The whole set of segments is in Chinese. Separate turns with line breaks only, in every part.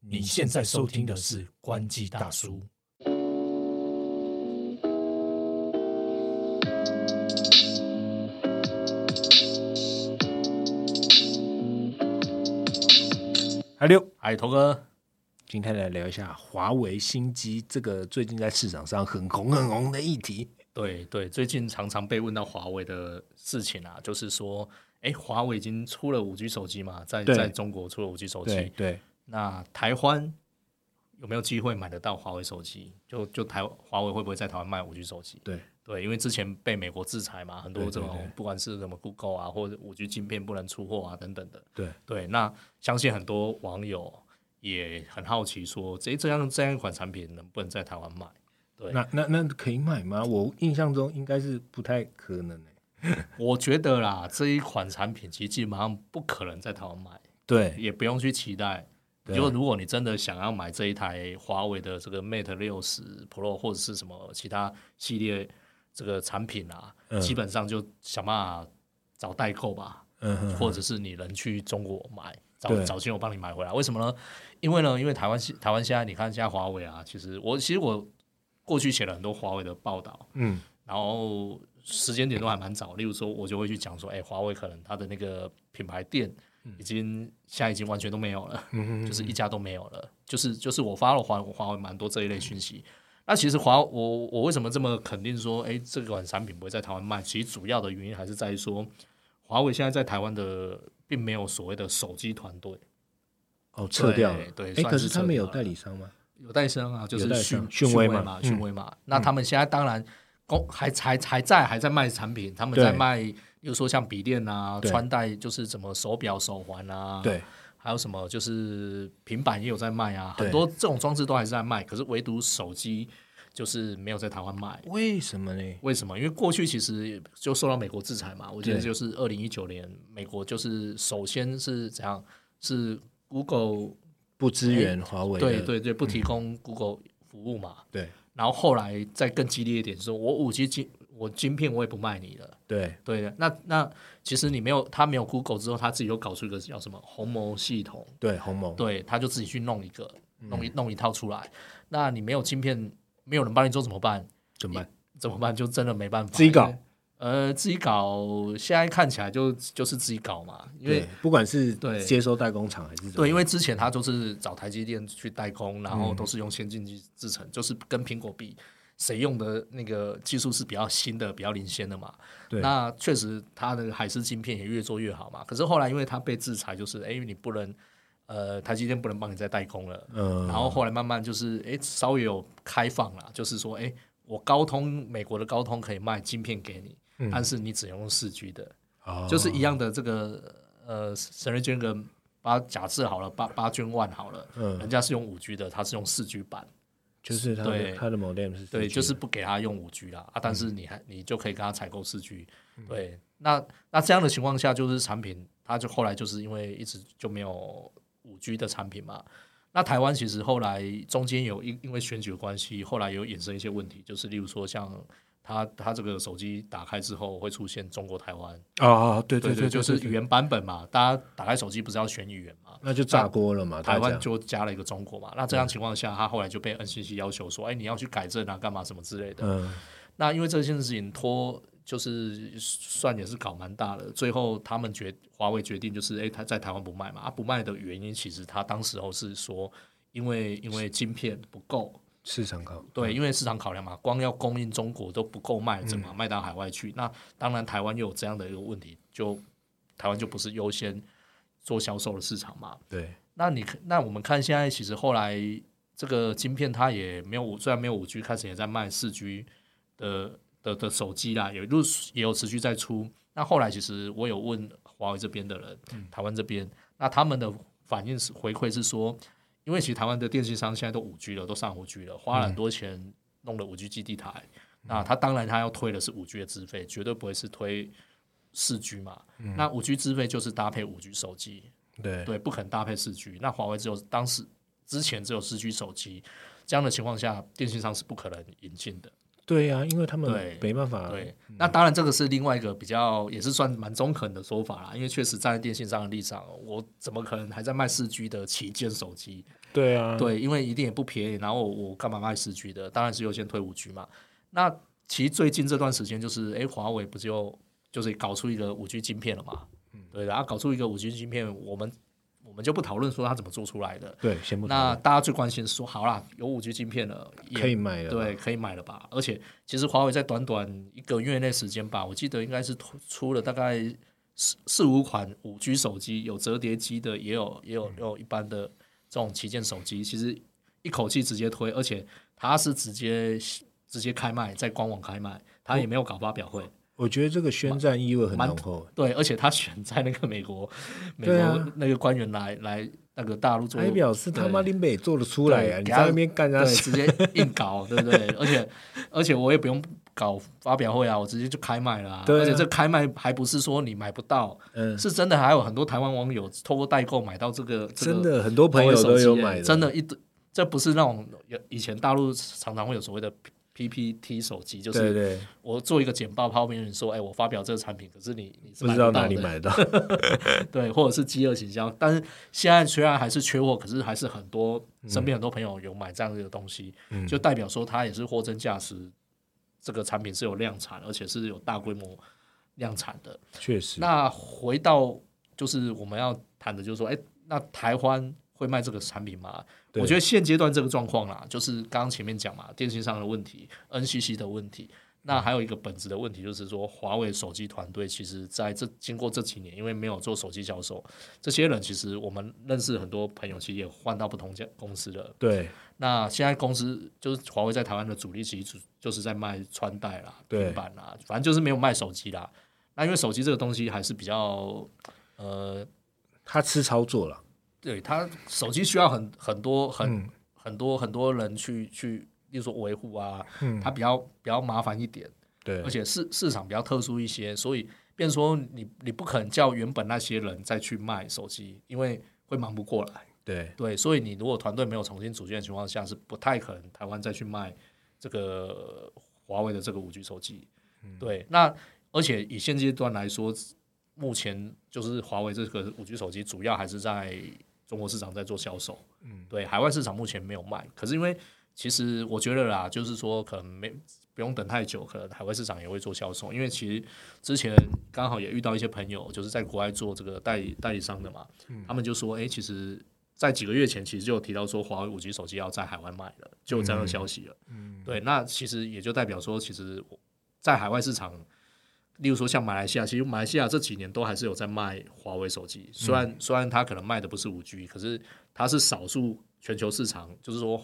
你现在收听的是《关机大叔》。
还六，
哎，头哥，
今天来聊一下华为新机这个最近在市场上很红很红的议题。
对对，最近常常被问到华为的事情啊，就是说，哎，华为已经出了五 G 手机嘛，在
对
在中国出了五 G 手机，
对，
那台湾有没有机会买得到华为手机？就就台华为会不会在台湾卖五 G 手机？
对
对，因为之前被美国制裁嘛，很多
对
这
对
种
对
不管是什么 Google 啊，或者五 G 晶片不能出货啊等等的。
对
对，那相信很多网友也很好奇说，诶，这样这样一款产品能不能在台湾卖？对
那那那可以买吗？我印象中应该是不太可能诶、
我觉得啦，这一款产品其实基本上不可能在台湾卖，
对，
也不用去期待。
对
就如果你真的想要买这一台华为的这个 Mate 六十 Pro 或者是什么其他系列这个产品啊，
嗯
基本上就想办法找代购吧。
嗯哼
或者是你能去中国买，找
对
找亲友帮你买回来。为什么呢？因为呢，因为台湾台湾现在你看现在华为啊，其实我其实我过去写了很多华为的报道，
嗯，
然后时间点都还蛮早。例如说，我就会去讲说，哎、华为可能它的那个品牌店已经现在已经完全都没有了，就是一家都没有了。就是就是我发了华华为蛮多这一类讯息。那其实华我我为什么这么肯定说，哎、这款产品不会在台湾卖？其实主要的原因还是在于说，华为现在在台湾的并没有所谓的手机团队，
哦，撤掉了。
对对
诶
算
可
是
是他
撤
们
掉
有
了
代理商吗？
有戴森啊，就是
有戴
讯
森讯威
威
嘛
嘛，
嗯
讯威嘛。那他们现在当然公还还还在还在卖产品，他们
对
在卖，比如说像笔电啊、
对
穿戴，就是什么手表、手环啊，，
对
还有什么就是平板也有在卖啊，
对
很多这种装置都还是在卖，可是唯独手机就是没有在台湾卖。
为什么呢？
为什么？因为过去其实就受到美国制裁嘛，我记得
对
就是二零一九年，美国就是首先是怎样，是 Google
不支援华为的。嗯
对对对不提供 Google 服务嘛，
对
然后后来再更激烈一点，就是我五 G 晶我晶片我也不卖你了。
对
对的，那那其实你没有他没有 Google 之后，他自己又搞出一个叫什么鸿蒙系统，
对，鸿蒙。
对，他就自己去弄一个弄
嗯
一弄一套出来。那你没有晶片，没有人帮你做怎么办？
怎么办？
怎么办？就真的没办法，
自己搞
因为。呃，自己搞，现在看起来就就是自己搞嘛，因为
对，不管是
对
接收代工厂还是怎么
对，因
样，嗯
为之前他就是找台积电去代工，然后都是用先进技制成，就是跟苹果比，谁用的那个技术是比较新的、比较领先的嘛。
对
那确实它的海思晶片也越做越好嘛。可是后来因为它被制裁，就是哎，你不能呃，台积电不能帮你再代工了。
嗯
然后后来慢慢就是哎，稍微有开放了，就是说哎，我高通美国的高通可以卖晶片给你，但是你只能用四 G 的。
嗯哦
就是一样的这个呃，神瑞捐个八，假设好了，八八捐万好了，
嗯
人家是用五 G 的，他是用四 G 版，
就是它
对
的它的 modem 是
对，
4G
就是不给他用五 G 啦啊，但是你还你就可以跟他采购四 G，对，
嗯
那那这样的情况下，就是产品它就后来就是因为一直就没有五 G 的产品嘛。那台湾其实后来中间有因因为选举的关系，后来有衍生一些问题，就是例如说像它它这个手机打开之后会出现中国台湾，
哦哦，对
对
对，
就是
对
语言版本嘛，大家打开手机不是要选语言嘛？
那就炸锅了嘛，
台
大
湾
家
就加了一个中国嘛，那这样情况下，他后来就被 NCC 要求说，哎，你要去改正啊，干嘛什么之类的。
嗯
那因为这件事情拖，就是算也是搞蛮大的。最后他们决华为决定就是，哎，他在台湾不卖嘛，啊，不卖的原因其实他当时候是说，因为因为晶片不够，
市场考
对，因为市场考量嘛，光要供应中国都不够卖，怎么卖到海外去？那当然，台湾又有这样的一个问题，就台湾就不是优先做销售的市场嘛。
对
那你看，那我们看现在，其实后来这个晶片它也没有五，虽然没有五 G，开始也在卖四 G 的的的手机啦，有陆续也有持续在出。那后来其实我有问华为这边的人，台湾这边，那他们的反应是回馈是说，因为其实台湾的电信商现在都五 G 了，都上五 G 了，花了很多钱弄了五 G 基地台。那他当然他要推的是五 G 的资费，绝对不会是推四 G 嘛。那五 G 资费就是搭配五 G 手机，
对
对，不肯搭配四 G。那华为只有当时之前只有四 G 手机，这样的情况下，电信商是不可能引进的。
对呀、因为他们
对
没办法，
对，那当然这个是另外一个比较也是算蛮中肯的说法啦，因为确实站在电信商的立场，我怎么可能还在卖四 G 的旗舰手机？
对啊，
对，因为一定也不便宜，然后我干嘛卖四 G 的？当然是优先推五 G 嘛。那其实最近这段时间就是，诶，华为不就就是搞出一个五 G 晶片了嘛？对，然后搞出一个五 G 晶片，我们我们就不讨论说它怎么做出来的。
对，先不
那
那
大家最关心是说，好啦，有五 G 晶片了，也
可以买了，
对，可以买了吧？而且其实华为在短短一个月内时间吧，我记得应该是出出了大概四四五款五 G 手机，有折叠机的，也有也
嗯
有也有一般的这种旗舰手机。其实一口气直接推，而且它是直接直接开卖，在官网开卖，它也没有搞发表会。
我觉得这个宣战意味很浓厚。
对，而且它选在那个美国美
对
国
啊
那个官员来来那个大陆做
还哎表示他妈林北也做得出来呀、
对
你
给
在
他
那边干啊啥
对，？直接 硬搞，对不对？而且而且我也不用搞发表会啊，我直接就开卖了、啊。
对啊
而且这开卖还不是说你买不到，
嗯，
是真的还有很多台湾网友透过代购买到这个，这个
真的很多朋友
华为手
都有
机耶
买的，
真的一堆。这不是那种有以前大陆常常会有所谓的 PPT 手机，就
对
是
对，
我做一个简报，抛别人说，哎，我发表这个产品，可是你你是
不知
不
道
到
哪里
的
买到，
对，或者是饥饿行销。但是现在虽然还是缺货，可是还是很多身边很多朋友有买这样的东西，就代表说它也是货真价实，这个产品是有量产，而且是有大规模量产的。
确实，
那回到就是我们要谈的，就是说，哎，那台湾会卖这个产品吗？
对
我觉得现阶段这个状况啦，就是刚刚前面讲嘛，电信上的问题，NCC 的问题。那还有一个本质的问题，就是说，华为手机团队其实在这经过这几年，因为没有做手机销售，这些人其实我们认识很多朋友，其实也换到不同家公司了。
对
那现在公司就是华为在台湾的主力，其实就是在卖穿戴啦、
对
平板啦，反正就是没有卖手机啦。那因为手机这个东西还是比较，呃，
他吃操作了，
对它手机需要很很多很、
嗯
很多很多人去去，例如说维护啊，
嗯
它比较比较麻烦一点，
对
而，且市市场比较特殊一些，所以变成说你你不可能叫原本那些人再去卖手机，因为会忙不过来。
对，
对，所以你如果团队没有重新组建的情况下，是不太可能台湾再去卖这个华为的这个五 G 手机。对，那而且以现阶段来说，目前就是华为这个五 G 手机主要还是在中国市场在做销售，嗯，对，海外市场目前没有卖。可是因为其实我觉得啦，就是说可能没不用等太久，可能海外市场也会做销售，因为其实之前刚好也遇到一些朋友，就是在国外做这个代理代理商的嘛，他们就说，哎、其实，在几个月前其实就有提到说华为五 G 手机要在海外卖了，就有这样的消息了。嗯，对，那其实也就代表说，其实我在海外市场，例如说像马来西亚，其实马来西亚这几年都还是有在卖华为手机，虽然、虽然它可能卖的不是五 G，可是它是少数全球市场，就是说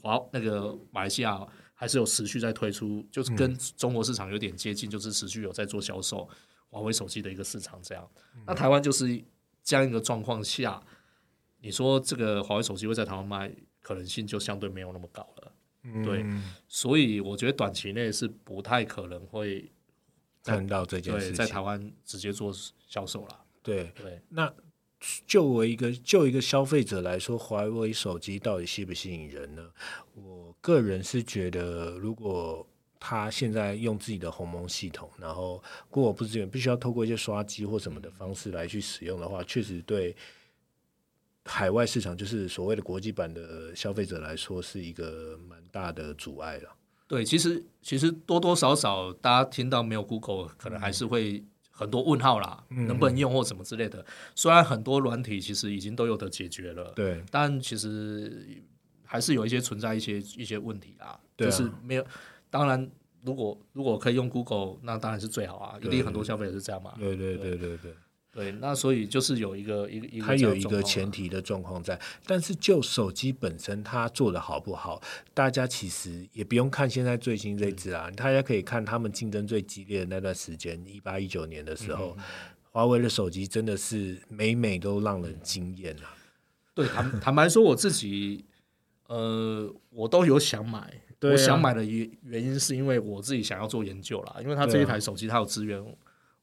华那个马来西亚还是有持续在推出，就是跟中国市场有点接近，就是持续有在做销售华为手机的一个市场这样。那台湾就是这样一个状况下，你说这个华为手机会在台湾卖，可能性就相对没有那么高了。对
嗯，
所以我觉得短期内是不太可能会
看到这件
对
事
在
情，
台湾直接做销售啦。
对，
对，
那就我一个就一个消费者来说，华为手机到底吸不吸引人呢？我个人是觉得，如果他现在用自己的鸿蒙系统，然后过我不资源，必须要透过一些刷机或什么的方式来去使用的话，确实对海外市场，就是所谓的国际版的消费者来说，是一个蛮大的阻碍了。
对，其实其实多多少少，大家听到没有 Google，可能还是会很多问号啦，能不能用或什么之类的。虽然很多软体其实已经都有的解决了，
对，
但其实还是有一些存在一些一些问题啦，
对啊
就是没有。当然，如果如果可以用 Google，那当然是最好啊，一定很多消费者是这样嘛。
对对对对对。
对，那所以就是有一个一个一个
它
这样
有
的状
一个
况啊
前提的状况在，但是就手机本身它做的好不好，大家其实也不用看现在最新这支啊，大家可以看他们竞争最激烈的那段时间，一八一九年的时
嗯
候，华为的手机真的是每每都让人惊艳啊。
对，坦坦白说，我自己，呃，我都有想买。
对啊
我想买的原原因是
啊
因为我自己想要做研究啦，因为它这一台手机它有支援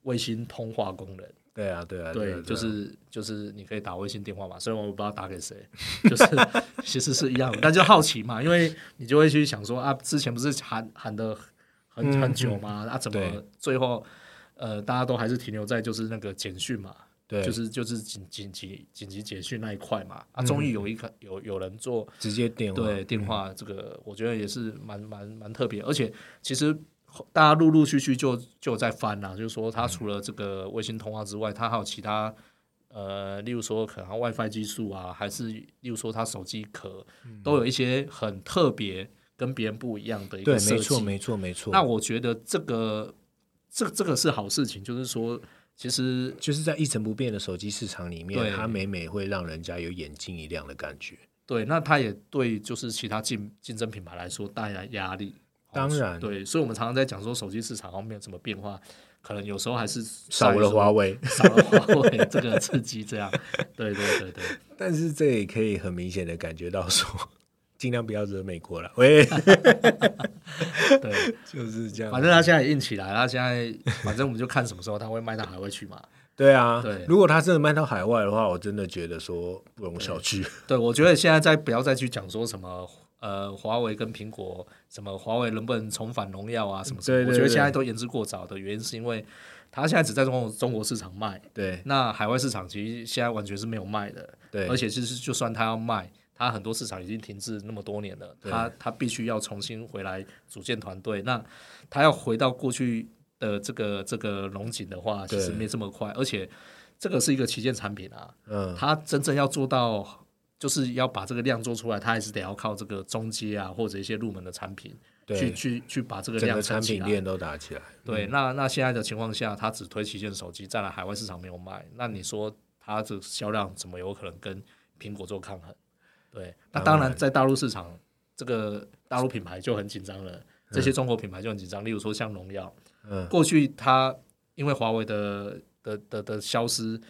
卫星通话功能，
对啊，对啊，啊
对，就
啊
是就是你可以打微信电话嘛，虽然我不知道打给谁， 就是其实是一样的，但就好奇嘛，因为你就会去想说啊，之前不是喊喊的很很久嘛，啊，怎么
嗯对
最后呃大家都还是停留在就是那个简讯嘛，
对，啊
就是就是紧紧急紧急简讯那一块嘛，
嗯
啊，终于有一个有有人做
直接电话，
对电话这个，我觉得也是蛮蛮蛮特别，而且其实后大家陆陆续续就就有在翻啦、就是说
嗯
它除了这个卫星通话之外，它还有其他呃，例如说可能 WiFi 技术啊，还是例如说它手机壳，
嗯
都有一些很特别跟别人不一样的一
对，
个设
没错，
计。
没错，没错。
那我觉得这个这这个是好事情，就是说其实
就是在一成不变的手机市场里面
对，哦
它每每会让人家有眼睛一亮的感觉。
对，那它也对就是其他竞竞争品牌来说带来压力。
当然，
对，所以我们常常在讲说手机市场好像没有什么变化，可能有时候还是
少了华，为，
少了 华为这个刺激，这样，对对对对，
但是这也可以很明显的感觉到说， 尽量不要惹美国了。喂，
对，
就是这样。
反正他现在也硬起来，他现在反正我们就看什么时候他会卖到海外去嘛。
对啊，
对
如果它真的卖到海外的话，我真的觉得说不容小觑。
对，我觉得现在再不要再去讲说什么呃，华为跟苹果什么华为能不能重返荣耀啊什么什么，
对对
我觉得
对
现在都言之过早的原因是因为他现在只在中国中国市场卖，
对
那海外市场其实现在完全是没有卖的。
对，
而且就是就算他要卖，他很多市场已经停滞那么多年了，
对
他他必须要重新回来组建团队。那他要回到过去的这个这个龙井的话，其
对
实没这么快，而且这个是一个旗舰产品啊，
嗯，
他真正要做到。就是要把这个量做出来，他还是得要靠这个中阶啊，或者一些入门的产品，去
对，
去去把这个
整
量
个
撑
产
起
品
来。
链都打起来。
对，那那现在的情况下，它只推旗舰手机，再来海外市场没有卖，那你说它的销量怎么有可能跟苹果做抗衡？对，那
当
当然在大陆市场，这个大陆品牌就很紧张了，这些中国品牌就很紧张。例如说像荣耀，
嗯，
过去它因为华为的的的的消失，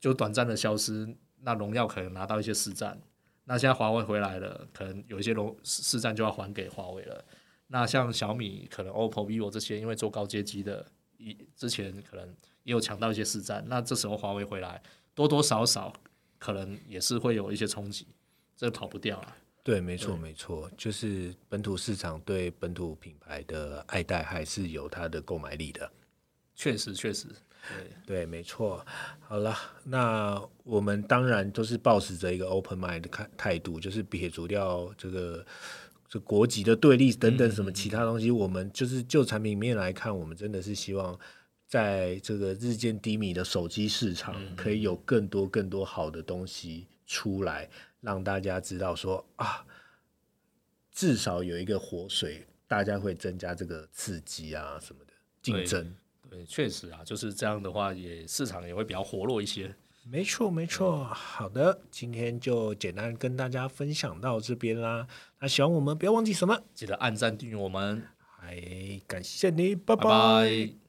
就短暂的消失，那荣耀可能拿到一些市占，那现在华为回来了，可能有一些荣市市占就要还给华为了。那像小米、可能 OPPO、vivo 这些，因为做高阶机的，以之前可能也有抢到一些市占，那这时候华为回来，多多少少可能也是会有一些冲击，这跑不掉了。啊
对，没错，没错，就是本土市场对本土品牌的爱戴还是有它的购买力的。
确实，确实，对。
对，没错。好了，那我们当然都是保持着一个 open mind 的看态度，就是撇除掉这个这国籍的对立等等什么其他东西，我们就是就产品面来看，我们真的是希望。在这个日渐低迷的手机市场，可以有更多更多好的东西出来，让大家知道说啊，至少有一个活水，大家会增加这个刺激啊什么的竞
对
争。
对，确实啊，就是这样的话也，市场也会比较活络一些。
没错，没错。好的，今天就简单跟大家分享到这边啦。那喜欢我们，不要忘记什么。
记得按赞订阅我们，
哎，感谢你，拜
拜
拜
拜